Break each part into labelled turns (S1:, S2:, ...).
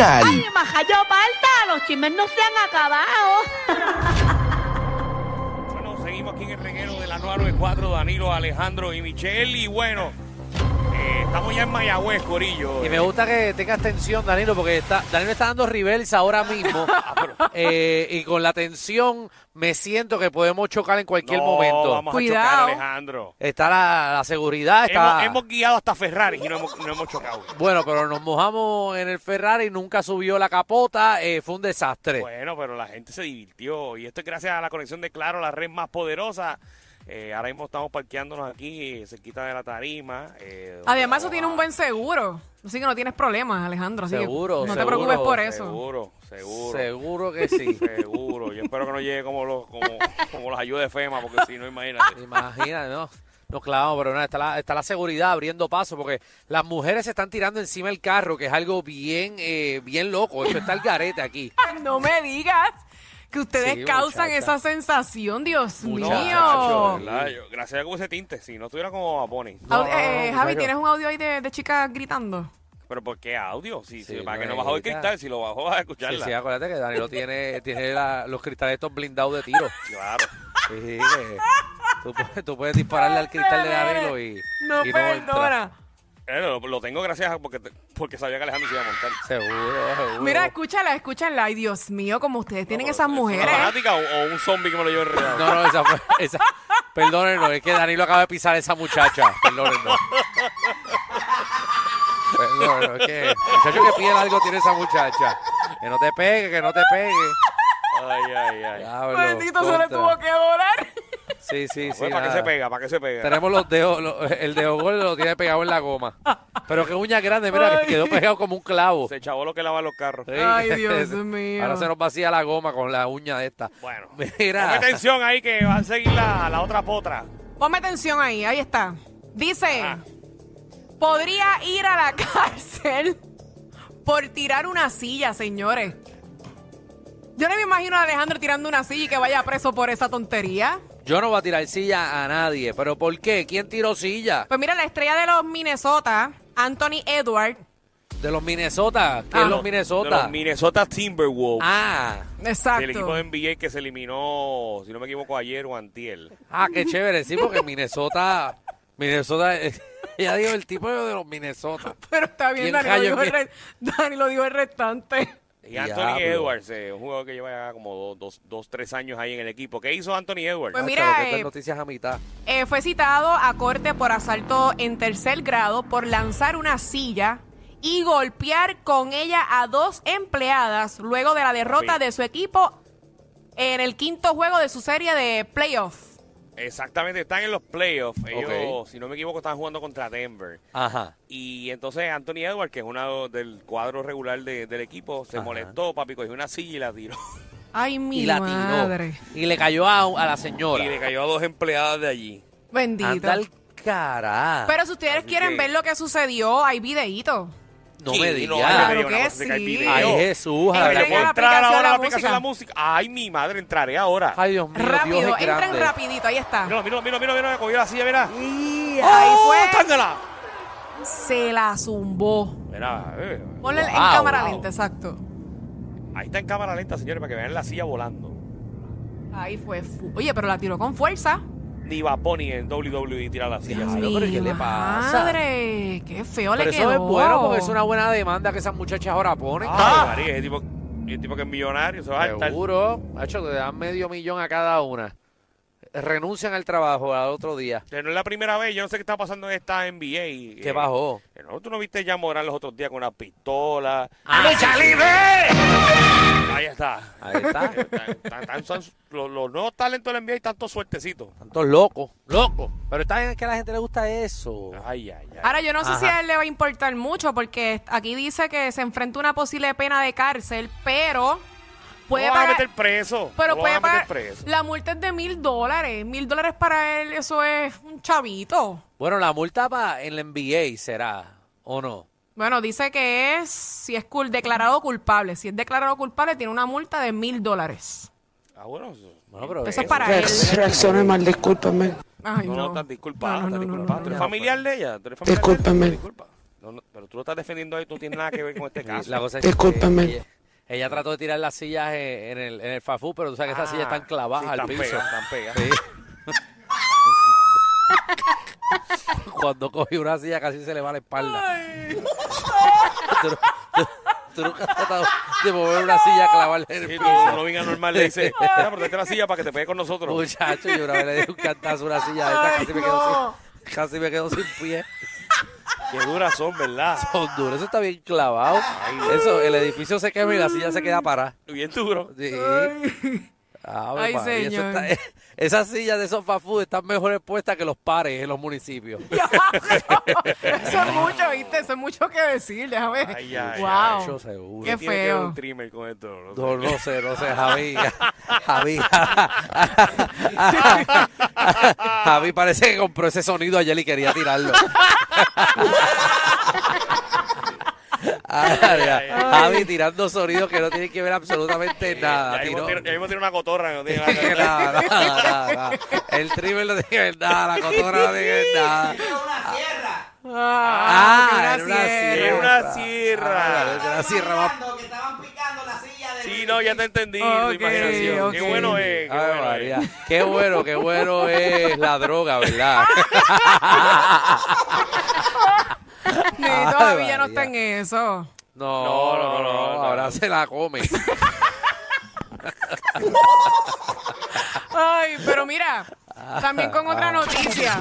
S1: Ay,
S2: Ay, Majayo Balta, los chismes no se han acabado.
S3: Bueno, seguimos aquí en el reguero de la 994, Danilo, Alejandro y Michelle. Y bueno, eh, estamos ya en Mayagüez, Corillo.
S4: Y
S3: Eh,
S4: me gusta que tengas tensión, Danilo, porque está, Danilo está dando reversa ahora mismo. Eh, y con la tensión me siento que podemos chocar en cualquier
S3: no,
S4: momento.
S3: Vamos a
S5: Cuidado.
S3: chocar, Alejandro.
S4: Está la, la seguridad, está...
S3: Hemos, hemos guiado hasta Ferrari y no hemos, no hemos chocado.
S4: Bueno, pero nos mojamos en el Ferrari, nunca subió la capota, eh, fue un desastre.
S3: Bueno, pero la gente se divirtió. Y esto es gracias a la conexión de Claro, la red más poderosa. Eh, ahora mismo estamos parqueándonos aquí, eh, cerquita de la tarima. eh, donde
S5: Además, eso
S3: vamos
S5: tiene
S3: a-
S5: un buen seguro. Así que no tienes problemas, Alejandro. Así
S4: Seguro,
S5: que no
S4: seguro,
S5: te preocupes por eso.
S3: Seguro, seguro.
S4: Seguro que sí.
S3: Seguro, yo espero que no llegue como los como, como los ayudas de FEMA, porque si no, imagínate.
S4: Imagina, ¿no? Nos clavamos, pero nada, está la, está la seguridad abriendo paso porque las mujeres se están tirando encima del carro, que es algo bien, eh, bien loco. Eso está el garete aquí.
S5: No me digas que ustedes
S4: Sí,
S5: causan
S4: muchacha.
S5: esa sensación, Dios
S4: Muchacha,
S3: Chacho,
S5: mío. eh,
S3: de verdad, yo- gracias a que ese tinte, si no estuviera como a Bonnie.
S4: No, no,
S5: Au- eh,
S4: no, no,
S5: Javi,
S4: muchacho.
S5: ¿tienes un audio ahí de, de chicas gritando?
S3: Pero ¿por qué audio? Si, si-
S4: Sí,
S3: para
S4: no
S3: que no bajó el
S4: necesita.
S3: cristal, si lo bajó vas a
S4: Sí,
S3: escucharla.
S4: sí, ah. acuérdate que Danilo tiene, tiene la- los cristales estos blindados de tiro.
S3: Claro.
S4: Sí, sí, que tú, puedes- tú puedes dispararle al cristal de Danilo y
S5: No,
S4: y entra.
S5: perdona.
S3: Pero Eh, lo, lo tengo gracias a- porque, te- porque sabía que Alejandro se iba a montar.
S4: Seguro, seguro.
S5: Mira, escúchala, escúchala. Ay, Dios mío, como ustedes tienen
S3: No,
S5: esas
S3: ¿es
S5: mujeres.
S3: ¿Una fanática o, o un zombie que me lo llevo enredado?
S4: No, no, esa fue... Esa, perdónenos, es que Danilo acaba de pisar a esa muchacha. Perdónenos. Perdónenos, es que... Muchacho, que piel algo tiene esa muchacha. Que no te pegue, que no te pegue.
S3: Ay, ay, ay.
S4: Diablo,
S5: Bendito, se
S4: contra.
S5: le tuvo que dorar.
S4: Sí, sí, sí.
S3: Pues, ¿Para qué
S4: nada.
S3: se pega? ¿Para qué se pega?
S4: Tenemos los dedos, lo- el dedo gordo lo tiene pegado en la goma. Pero qué uña grande, mira, que quedó pegado como un clavo.
S3: Se chavó lo que lava los carros.
S4: Sí.
S5: Ay, Dios mío.
S4: Ahora se nos vacía la goma con la uña de esta.
S3: Bueno. Ponme
S4: Mira.
S3: atención ahí que va a seguir la, la otra potra.
S5: Ponme atención ahí, ahí está. Dice,
S3: Ah.
S5: podría ir a la cárcel por tirar una silla, señores. Yo no me imagino a Alejandro tirando una silla y que vaya preso por esa tontería.
S4: Yo no voy a tirar silla a nadie. ¿Pero por qué? ¿Quién tiró silla?
S5: Pues mira, la estrella de los Minnesota, Anthony Edward.
S4: De los Minnesota. ¿Quién
S5: Ah.
S4: es los
S3: De
S4: Minnesota?
S3: los Minnesota Timberwolves.
S4: ah.
S3: Del
S5: Exacto.
S3: equipo de NBA que se eliminó, si no me equivoco, ayer o antier.
S4: Ah, qué chévere. Sí, porque Minnesota. Minnesota. eh, Ya digo, el tipo de los Minnesota.
S5: Pero está bien,
S4: ¿Quién
S5: Dani lo,
S4: rayos
S5: dijo el
S4: quién?
S5: re- Dani lo dijo el restante.
S3: Y Anthony
S4: Diablo.
S3: Edwards, eh, un jugador que lleva ya como dos, dos, dos, tres años ahí en el equipo. ¿Qué hizo Anthony Edwards?
S5: Pues
S4: Nacho,
S5: mira,
S4: lo que estas
S5: eh,
S4: noticias a mitad.
S5: Eh, fue citado a corte por asalto en tercer grado por lanzar una silla y golpear con ella a dos empleadas luego de la derrota
S3: Papi.
S5: de su equipo en el quinto juego de su serie de playoffs.
S3: Exactamente, están en los playoffs. Ellos,
S4: Ok.
S3: si no me equivoco, están jugando contra Denver.
S4: Ajá.
S3: Y entonces Anthony Edwards, que es uno del cuadro regular de- del equipo, se
S4: Ajá.
S3: molestó, papi, cogió una silla y la tiró.
S5: Ay, mi
S4: y la tiró.
S5: madre.
S4: Y le cayó a, a la señora.
S3: Y le cayó a dos empleadas de allí.
S5: Bendito.
S4: Anda al cara.
S5: Pero si ustedes
S3: Así
S5: quieren
S3: que-
S5: ver lo que sucedió, hay videíto.
S4: no
S3: Sí,
S4: me
S3: no,
S4: digas.
S3: hay
S5: Claro
S3: video, una
S5: que
S3: cosa que hay
S5: sí.
S3: video.
S4: Ay, Jesús.
S5: Entren
S4: Javier.
S3: Pero puedo
S5: Entren a la
S3: entrar
S5: aplicación
S3: ahora a
S5: de
S3: la
S5: la
S3: aplicación de la música. Ay, mi madre, entraré ahora.
S4: Ay, Dios mío. Dios
S5: Rápido,
S4: es
S5: entren
S4: grande.
S5: rapidito, ahí está.
S3: Mira, mira, mira, mira, mira, cogió la silla, mira.
S4: Y-
S5: Ahí
S3: ¡Oh,
S5: fue.
S3: tángala!
S5: Se la zumbó.
S3: Mira, eh,
S5: Ponle en
S4: Wow,
S5: cámara
S4: wow.
S5: lenta, exacto.
S3: ahí está en cámara lenta, señores, para que vean la silla volando.
S5: Ahí fue. fu- Oye, pero la tiró con fuerza.
S3: Diva Pony en WWE tira la silla.
S4: Dios
S3: así.
S4: mío. pero ¿qué le pasa?
S5: Madre, qué feo
S4: Pero
S5: le
S4: eso
S5: quedó.
S4: es bueno porque es una buena demanda que esas muchachas ahora ponen.
S3: Ah, María, ese tipo, ese tipo que es millonario se va a saltar.
S4: Seguro. Hacho, te dan medio millón a cada una. Renuncian al trabajo al otro día.
S3: Que no es la primera vez, yo no sé qué está pasando en esta NBA. eh,
S4: ¿Qué bajó?
S3: que no, tú no viste ya Morán los otros días con una pistola.
S4: ¡Ah, sí, sí.
S3: Ahí está.
S4: Ahí está.
S3: Tan- tan- tan- son- los, los nuevos talentos de la NBA y tanto suertecito.
S4: Tantos locos. Locos. Pero está bien que a la gente le gusta eso.
S3: Ay, ay, ay.
S5: Ahora, yo no sé
S4: Ajá.
S5: si a él le va a importar mucho porque aquí dice que se enfrenta a una posible pena de cárcel, pero puede
S3: no van a
S5: pagar.
S3: meter preso.
S5: Pero
S3: no
S5: puede
S3: van a meter
S5: pagar.
S3: preso.
S5: La multa es de mil dólares. Mil dólares para él, eso es un chavito.
S4: Bueno, la multa para en la NBA será, ¿o no?
S5: Bueno, dice que es, si es cul- declarado culpable. Si es declarado culpable, tiene una multa de mil dólares.
S3: Ah, bueno. eso-
S4: Bueno, pero
S5: Eso es para él.
S6: Reacc- Reaccione mal, discúlpame.
S5: Ay,
S3: No,
S5: no.
S3: no, estás disculpada,
S5: No, no,
S3: estás
S5: no, no,
S3: disculpada.
S5: no,
S3: ¿Tú eres
S5: no.
S3: familiar de ella? ¿Tú eres familiar de ella?
S6: Discúlpame.
S3: Disculpa. No, no, pero tú lo estás defendiendo ahí, tú no tienes nada que ver con este caso.
S4: Ah, La cosa es que
S1: Discúlpame.
S4: Ella, ella trató de tirar las sillas eh, en el, en el fast food, pero tú sabes que esas sillas están clavadas
S3: Ah, Sí, están
S4: al piso.
S3: pegadas, están pegadas.
S4: Sí. Cuando cogí una silla casi se le va la espalda. Tú, no- tú- tú nunca has tratado de mover una silla clavarle en el
S3: Sí,
S4: piso.
S3: tú, uno bien anormal le dice, "Mira, pero tráete la silla para que te pegue con nosotros.
S4: Muchacho, yo una vez le di un cantazo a una silla de esta,
S5: Ay,
S4: casi, me quedo
S5: no.
S4: sin, casi me quedo sin pie.
S3: Qué duras son, ¿verdad?
S4: Honduras, eso está bien clavado. Eso, el edificio se quema y la silla se queda parada.
S3: Bien duro.
S4: Sí. Ave
S5: Ay,
S4: María, eso
S5: señor.
S4: está- esas sillas de sofá food están mejor puestas que los pares en los municipios.
S5: Eso es mucho, ¿viste? Eso es mucho que decir, déjame.
S3: Ay, ay,
S5: wow.
S4: Yo seguro.
S5: Qué
S3: Tiene que ver
S5: feo.
S3: un trimmer con esto. no sé.
S4: No, no sé, no sé, Javi. Javi. Javi parece que compró ese sonido ayer y quería tirarlo. Ah, mira, Javi tirando sonidos que no tienen que ver absolutamente nada.
S3: Eh, Ya mismo
S4: tiró-
S3: tiene- ya mismo tiene una cotorra. no tiene nada que
S4: que
S3: ver.
S4: nada, nada, nada, nada. El trimmer no tiene que ver nada, la cotorra no tiene que ver nada.
S5: Ah,
S4: Ah,
S5: que
S4: era una
S3: Es
S4: sierra.
S3: una sierra.
S4: Ah, era una sierra más
S6: Que estaban picando la silla de...
S3: Sí, no, ya te entendí.
S5: Ok,
S3: tu imaginación. Qué
S5: ok.
S3: bueno es. Qué
S4: Ay,
S3: bueno
S4: María.
S3: es.
S4: Qué bueno, qué bueno es la droga, ¿verdad?
S5: Ah. Ni
S4: Ay,
S5: todavía no
S4: Ah, María.
S5: está en eso.
S4: No,
S3: No, no, no, no, no.
S4: ahora se la come.
S5: Ay, pero mira, también con
S4: Ah.
S5: otra noticia.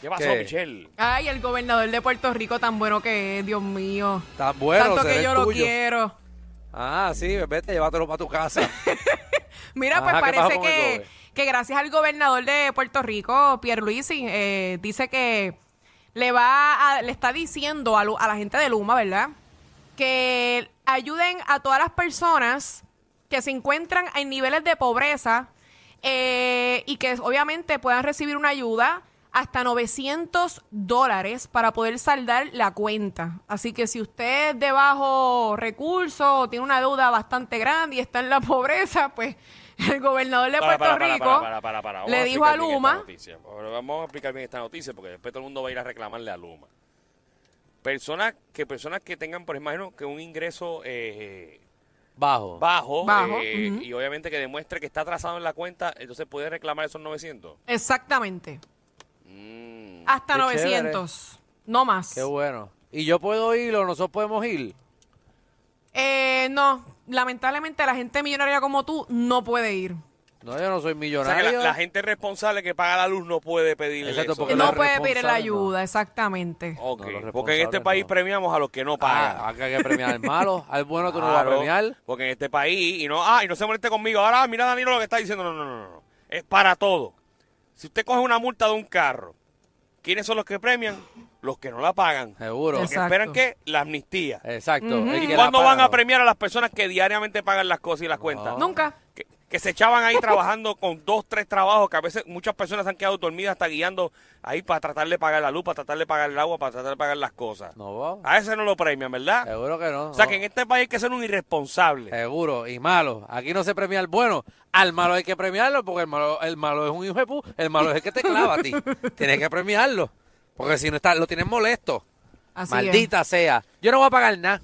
S3: ¿Qué pasó,
S4: ¿Qué?
S3: Michelle?
S5: Ay, el gobernador de Puerto Rico tan bueno que es, Dios mío.
S4: Tan bueno,
S5: Tanto
S4: será
S5: que
S4: el
S5: yo lo
S4: tuyo.
S5: quiero.
S4: Ah, sí, vete, llévatelo para tu casa.
S5: Mira,
S4: Ajá, ¿qué pasó
S5: pues parece
S4: con el
S5: que,
S4: gobe?
S5: que gracias al gobernador de Puerto Rico, Pierluisi, eh, dice que le va a- le está diciendo a, Lu- a la gente de Luma, ¿verdad? Que ayuden a todas las personas que se encuentran en niveles de pobreza eh, y que obviamente puedan recibir una ayuda hasta 900 dólares para poder saldar la cuenta. Así que si usted es de bajo recurso o tiene una deuda bastante grande y está en la pobreza, pues el gobernador de
S3: Para,
S5: Puerto
S3: para, para,
S5: Rico
S3: para, para, para, para. Vamos
S5: le dijo a
S3: explicar bien esta
S5: Luma,
S3: noticia. Ahora Vamos a explicar bien esta noticia porque después todo el mundo va a ir a reclamarle a Luma. Personas que personas que tengan, por ejemplo, que un ingreso eh,
S4: Bajo.
S3: bajo,
S5: Bajo,
S3: eh,
S5: ujú.
S3: y obviamente que demuestre que está atrasado en la cuenta, entonces puede reclamar esos 900.
S5: exactamente,
S3: Mm.
S5: hasta
S4: Qué
S5: 900, no más.
S4: Qué bueno. ¿Y yo puedo ir o nosotros podemos ir?
S5: Eh, no, lamentablemente la gente millonaria como tú no puede ir.
S4: No, yo no
S3: O sea,
S4: soy
S3: que
S4: millonario.
S3: la, la gente responsable que paga la luz no puede pedirle
S4: Exacto,
S3: eso.
S4: porque
S5: no
S4: los
S5: puede pedir la
S4: responsables no.
S5: ayuda, exactamente.
S3: Ok,
S4: No, los
S3: porque en este
S4: responsables
S3: país
S4: no.
S3: premiamos a los que no pagan.
S4: Ah, acá hay que premiar al malo, al bueno tú no lo vas a
S3: Claro,
S4: premiar.
S3: Porque en este país, y no, ah, y no se moleste conmigo. Ahora, ah, mira Danilo lo que está diciendo. No, no, no, no. Es para todo. Si usted coge una multa de un carro, ¿quiénes son los que premian? Los que no la pagan.
S4: Seguro.
S3: Los que
S5: Exacto.
S3: esperan que la amnistía.
S4: Exacto.
S5: Ujú.
S4: el
S3: ¿Y
S4: que la
S3: cuándo
S4: paga
S3: van a
S4: no.
S3: premiar a las personas que diariamente pagan las cosas y las cuentas?
S5: Nunca.
S3: Que, que se echaban ahí trabajando con dos, tres trabajos, que a veces muchas personas se han quedado dormidas hasta guiando ahí para tratar de pagar la luz, para tratar de pagar el agua, para tratar de pagar las cosas.
S4: No, Eh, vos.
S5: Ah.
S3: A ese no lo premian, ¿verdad?
S4: Seguro que no.
S3: O sea
S4: no.
S3: que en este país hay que ser un irresponsable.
S5: este.
S4: Eh. Seguro, y malo. Aquí no se premia al bueno. Al malo hay que premiarlo porque el malo, el malo es un hijo de pu- el malo es el que te clava a ti. Tienes que premiarlo. Porque si no está, lo tienes molesto.
S5: Así es.
S4: Maldita sea. Yo no voy a pagar nada.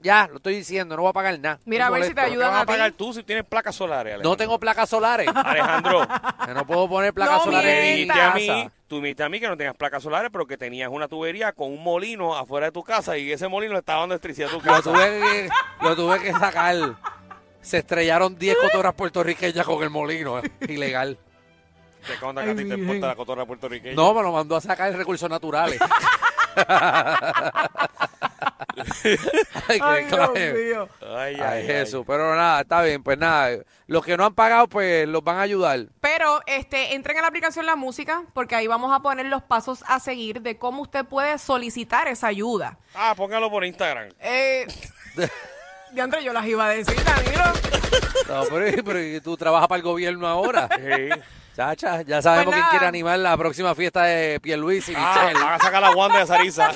S4: Ya, lo estoy diciendo, no voy a pagar nada.
S5: Mira,
S4: Estoy
S5: a ver si te
S4: molesto.
S3: ¿Qué
S5: ayudan
S3: vas a
S5: a ti?
S3: pagar tú si tienes placas solares, Alejandro?
S4: No tengo placas solares.
S3: Alejandro,
S4: que no puedo poner placas
S5: No
S4: solares
S3: me
S4: en mi
S3: dijiste a mí,
S4: casa.
S3: tú me dijiste a mí que no tenías placas solares, pero que tenías una tubería con un molino afuera de tu casa y ese molino le estaba dando electricidad a tu
S4: Lo
S3: casa.
S4: tuve que, lo tuve que sacar. Se estrellaron 10 cotorras puertorriqueñas con el molino. eh. Ilegal.
S3: Te conta que a
S5: Ay,
S3: ti te
S5: mi
S3: importa
S5: gente.
S3: la cotorra puertorriqueña.
S4: No, me lo mandó a sacar en recursos naturales. Ay, qué
S5: Ay, Dios
S4: clase.
S5: mío.
S3: Ay, ay,
S4: Ay,
S3: ay.
S4: Jesús. Pero nada, está bien, pues nada. Los que no han pagado, pues los van a ayudar.
S5: Pero este, entren a la aplicación La Música porque ahí vamos a poner los pasos a seguir de cómo usted puede solicitar esa ayuda.
S3: Ah, póngalo por Instagram.
S5: Eh, de André, yo las iba a decir, Danilo.
S4: No, pero, pero ¿y tú trabajas para el gobierno ahora.
S3: Sí.
S4: Chacha, ya sabemos
S5: Pues
S4: quién
S5: nada.
S4: quiere animar la próxima fiesta de Pierluis y
S3: Ah, van a sacar la Wanda de Sarisa.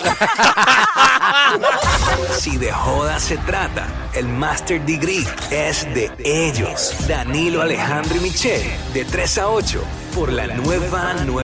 S7: Si de joda se trata, el Master Degree es de ellos. Danilo Alejandro y Michelle, de 3 a 8, por la nueva 9.